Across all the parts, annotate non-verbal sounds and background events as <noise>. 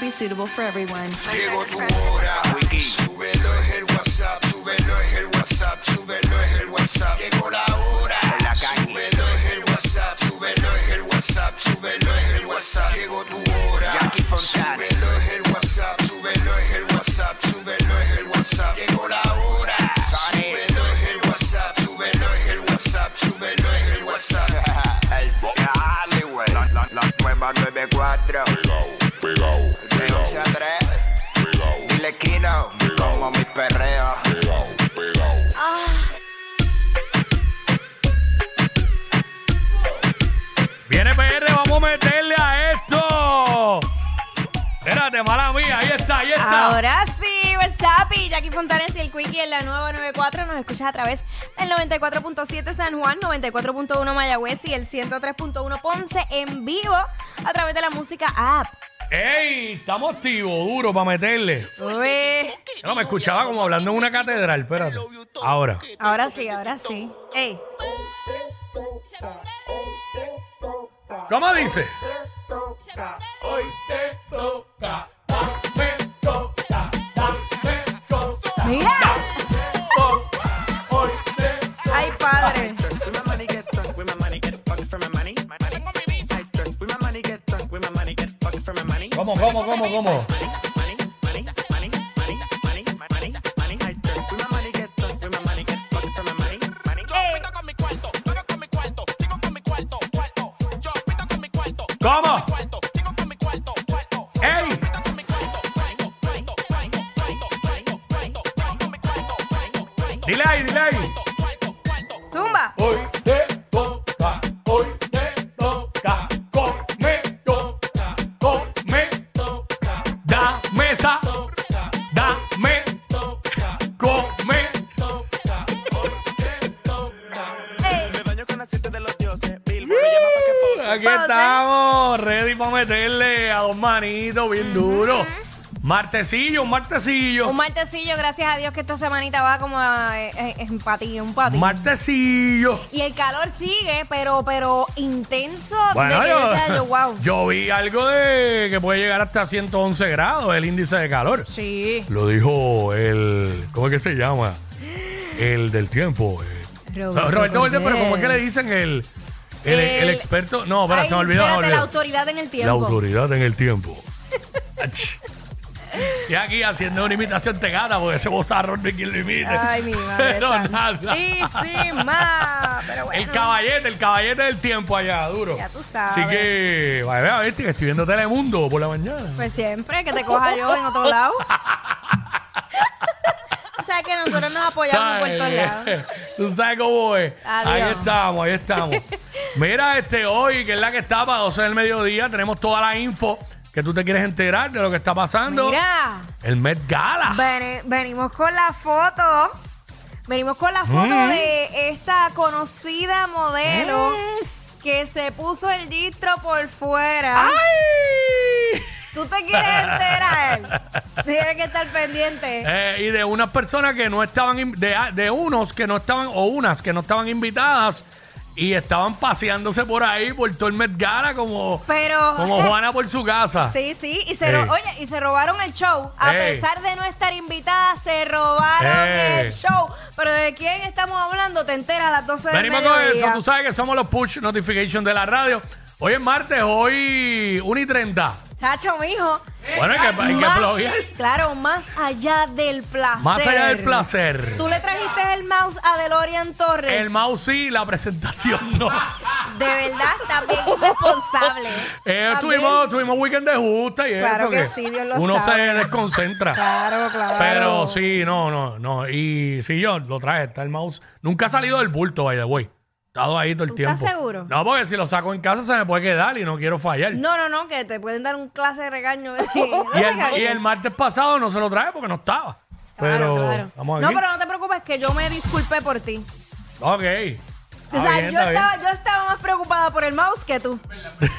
be suitable for everyone. Llegó tu hora. Súbelo es el WhatsApp. Súbelo es el WhatsApp. Súbelo es el WhatsApp. Llegó la hora. Súbelo es el WhatsApp. Súbelo es el WhatsApp. Súbelo es el WhatsApp. Llegó tu hora. Súbelo es el WhatsApp. Súbelo es el WhatsApp. Súbelo es el WhatsApp. Llegó la hora. Súbelo es el WhatsApp. Súbelo es el WhatsApp. Súbelo es el WhatsApp. <laughs> El Dale, güey. La, la, la nueva 94. pegao, De 11 a 3. pegao, Dile Kino. Como mi perreo. pegao, pegao. Viene PR, vamos a meterle a esto. Espérate, mala mía, ahí está, ahí está. Ahora sí, Versapi, Jackie Fontanes y el Quickie en la nueva 94 nos escuchas a través del 94.7 San Juan, 94.1 Mayagüez y el 103.1 Ponce en vivo a través de la música app. ¡Ey! Estamos activos, duro, para meterle. Ué, Yo no me escuchaba como hablando en una catedral, espérate. Ahora. ahora sí, ahora sí. Ey, ¿Cómo dice? mira. Ay, padre. With my money get drunk, with my money get fucked for my money. My money. Side dress, with my money get drunk, with my money get fucked for my money. ¿Cómo, cómo, cómo, cómo? Money, money, money, money, money, money, money. Side dress, with my money get drunk, with my money get fucked for my money. Money. Ey, ¿Cómo? ¡Ey! Dile ahí, dile ahí. zumba. Hoy te toca, hoy te toca, come toca, come toca, da mesa, dame toca, come. Ey, Me baño con aceite de los dioses. Billboard me llama pa' que pose. Aquí Pase. estamos, ready para meterle a dos manitos bien duro. Martecillo, un martecillo. un martecillo, gracias a Dios que esta semanita va como a, eh, eh, en patillo, un patillo. Martecillo. Y el calor sigue, pero, pero intenso Bueno, de que yo sea yo, yo, wow. yo vi algo de que puede llegar hasta 111 grados el índice de calor. Sí, Lo dijo el. ¿Cómo es que se llama? El del tiempo. eh. Roberto No, Roberto Valdés, pero Cortés. ¿cómo es que le dicen el, el, el El- experto? No, para, Ay, se me olvidó. se me espérate, la olvidó. autoridad en el tiempo. La autoridad en el tiempo. Ach. <laughs> y aquí haciendo una imitación te gana, porque ese bozarrón no hay quien lo imite. <laughs> Ay, mi madre. Pero santa. nada. Sí, sí, ma. Pero bueno. El caballete, el caballete del tiempo allá, duro. Ya tú sabes. Así que, vaya, vaya, viste que estoy viendo Telemundo por la mañana. Pues siempre, que te coja yo en otro lado. <laughs> o sea que nosotros nos apoyamos por todos lados. <laughs> Tú sabes cómo es. Adiós. Ahí estamos, ahí estamos. <laughs> Mira, este hoy, que es la que está para 12 del mediodía, tenemos toda la info que tú te quieres enterar de lo que está pasando. Mira, El Met Gala. veni- venimos con la foto. Venimos con la foto Mm. de esta conocida modelo Mm. que se puso el distro por fuera. ¡Ay! ¿Tú te <laughs> quieres enterar? Tienes que estar pendiente. Eh, y de unas personas que no estaban, in- de, ah, de unos que no estaban, o unas que no estaban invitadas y estaban paseándose por ahí, por todo el Met Gala, como, Pero- <laughs> como Juana por su casa. Sí, sí, y se, ro- Ah. Ey. oye, y se robaron el show. A Ey. pesar de no estar invitada, se robaron Ey. el show. Pero ¿de quién estamos hablando? Te enteras a las 12 del Venimos con eso, mediodía. tú sabes que somos los push notification de la radio. Hoy es martes, hoy 1 y 30. Chacho, mijo. Bueno, hay que, hay que Más- aplaudir. Claro, más allá del placer. Más allá del placer. Tú le trajiste el mouse a DeLorean Torres. El mouse sí, la presentación <laughs> no. De verdad, está bien <laughs> irresponsable. Eh, Está tuvimos, tuvimos weekend de justa y Claro eso. que sí, Dios lo uno se sabe. desconcentra. Claro, claro. Pero sí, no, no, no. Y sí, yo lo traje, está el mouse. Nunca ha salido del bulto, by the way. Estado ahí todo el ¿Tú tiempo. estás seguro? No, porque si lo saco en casa se me puede quedar y no quiero fallar. No, no, no, que te pueden dar un clase de regaño. <laughs> No y, te el, cagues. y el martes pasado no se lo traje porque no estaba. Claro, pero claro. vamos No, aquí. pero no te preocupes, que yo me disculpé por ti. Ok. Está o sea, Ah, bien, yo, está bien. estaba, yo estaba más preocupada por el mouse que tú. <laughs>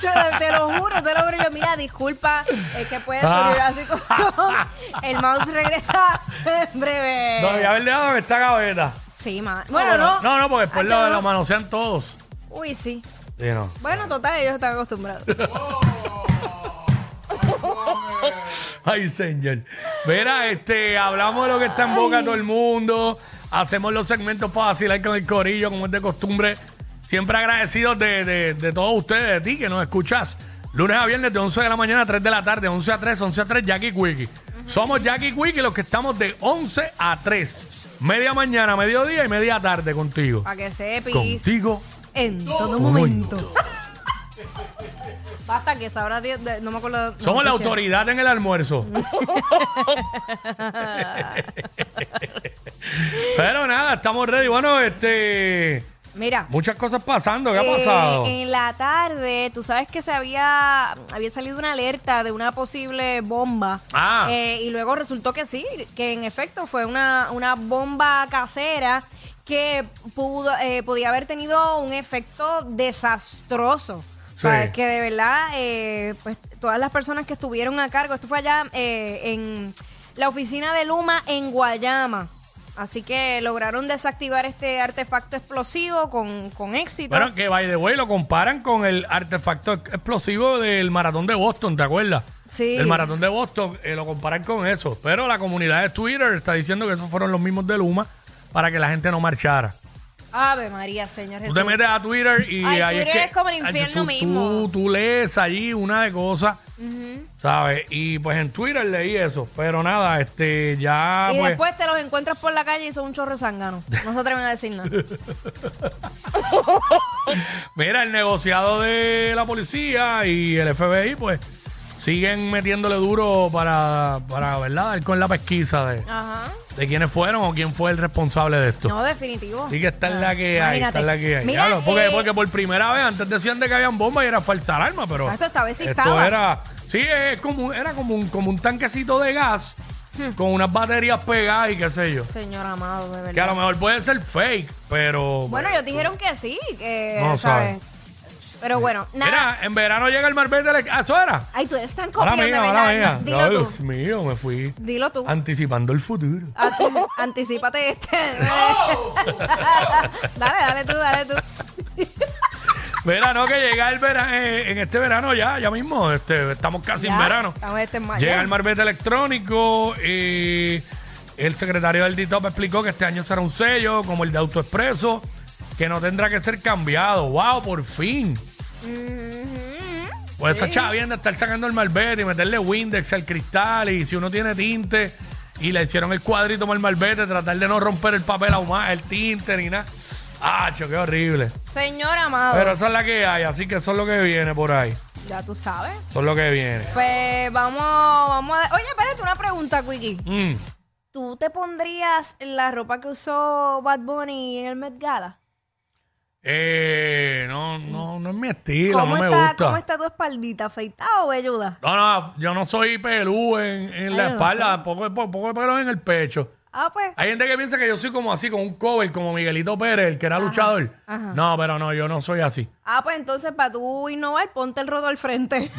Yo te, te lo juro, te lo juro. Yo, mira, disculpa, es que puede surgir Ah. la situación. <laughs> El mouse regresa en breve. No, ya haberle dado en esta gaveta. Sí, ma. Bueno, no. No, no, porque después Ah, lo, yo lo no. manosean todos. Uy, sí. Sí, no. Bueno, total, ellos están acostumbrados. Ay, señor. Verá, este, hablamos de lo que está en boca de todo el mundo. Hacemos los segmentos para vacilar con el corillo, como es de costumbre. Siempre agradecidos de, de- de todos ustedes, de ti que nos escuchas. Lunes a viernes de 11 de la mañana a 3 de la tarde, 11 a 3, 11 a 3, Jackie Quickie. Somos Jackie Quickie los que estamos de 11 a 3. Media mañana, mediodía y media tarde contigo. Para que sepis. Contigo. En todo momento. momento. <laughs> Basta que esa hora diez de- no me acuerdo. no Somos me la escuché. autoridad en el <laughs> almuerzo. Pero nada, estamos ready. Bueno, este. Mira. Muchas cosas pasando. ¿Qué ha eh, pasado? en la tarde, tú sabes que se había, había salido una alerta de una posible bomba. Ah. Eh, y luego resultó que sí, que en efecto fue una, una bomba casera que pudo, eh, podía haber tenido un efecto desastroso. O sea, Sí. que de verdad, eh, pues todas las personas que estuvieron a cargo, esto fue allá eh, en la oficina de Luma en Guayama. Así que lograron desactivar este artefacto explosivo con, con éxito. Bueno, que by the way lo comparan con el artefacto ex- explosivo del maratón de Boston, ¿te acuerdas? Sí. El maratón de Boston, eh, lo comparan con eso. Pero la comunidad de Twitter está diciendo que esos fueron los mismos de Luma para que la gente no marchara. Ave María, señor Tú Jesús. te metes a Twitter y Pues Ay, ahí Twitter que, es como el infierno tú- mismo. Tú, tú lees allí una de cosas, ¿sabes? Y pues en Twitter leí eso, pero nada, este, ya y pues... después te los encuentras por la calle y son un chorro zángano. No se atreven a decir nada. <laughs> Mira, el negociado de la policía y el FBI, pues, siguen metiéndole duro para, para ¿verdad?, dar con la pesquisa de, Ajá. de quiénes fueron o quién fue el responsable de esto. No, <laughs> definitivo. Así que esta es la que hay, esta Imagínate. es la que hay. Mira, Claro, porque, eh, porque por primera vez, antes decían de que habían bombas y era falsa alarma, pero... Exacto, esta vez sí esto estaba. era... Sí, es como, era como un, como un tanquecito de gas Hmm. con unas baterías pegadas y qué sé yo. Señor amado, de verdad. Que a lo mejor puede ser fake, pero... Bueno, ellos dijeron que sí, que, No ¿sabes? Pero bueno, nada. Mira, en verano llega el Marbella... de la- Ah, eso era. Ay, tú eres tan Hola copión, de amiga, verdad. hola amiga. Dilo Ay, tú. Dios mío, me fui Dilo tú. anticipando el futuro. Ati- <laughs> Anticípate este. <laughs> dale, dale tú, dale tú. Verano que llega el verano, en este verano ya, ya mismo, este, estamos casi en Ya, verano. estamos este en mayo. Llega el Marbete electrónico y el secretario del DITOP explicó que este año será un sello como el de AutoExpreso que no tendrá que ser cambiado. ¡Wow! Por fin. Pues esa chavienda estar sacando el malvete y meterle Windex al cristal y si uno tiene tinte y le hicieron el cuadrito mal malvete, tratar de no romper el papel ahumado, el tinte ni nada. ¡Ah, cho, qué horrible! Señor amado. Pero esa es la que hay, así que eso es lo que viene por ahí. Ya tú sabes. Eso es lo que viene. Pues vamos, vamos a... Oye, espérate, una pregunta, Quickie. Mm. ¿Tú te pondrías la ropa que usó Bad Bunny en el Met Gala? Eh, no, no, no es mi estilo, no ¿Cómo, me está, gusta. ¿Cómo está tu espaldita? ¿Afeitada o velluda? No, no, yo no soy pelú en, en la Ay, yo no espalda, sé. tampoco poco, poco de pelo en el pecho. Ah, pues. Hay gente que piensa que yo soy como así, con un cover, como Miguelito Pérez, el que era luchador. ajá. No, pero no, yo no soy así. Ah, pues entonces para tú innovar, ponte el rodo <laughs> al frente.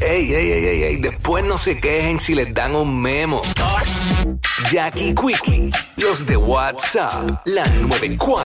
Ey, ey, ey, ey, ey, después no se quejen si les dan un memo. Jackie Quickie, los de WhatsApp, la 94.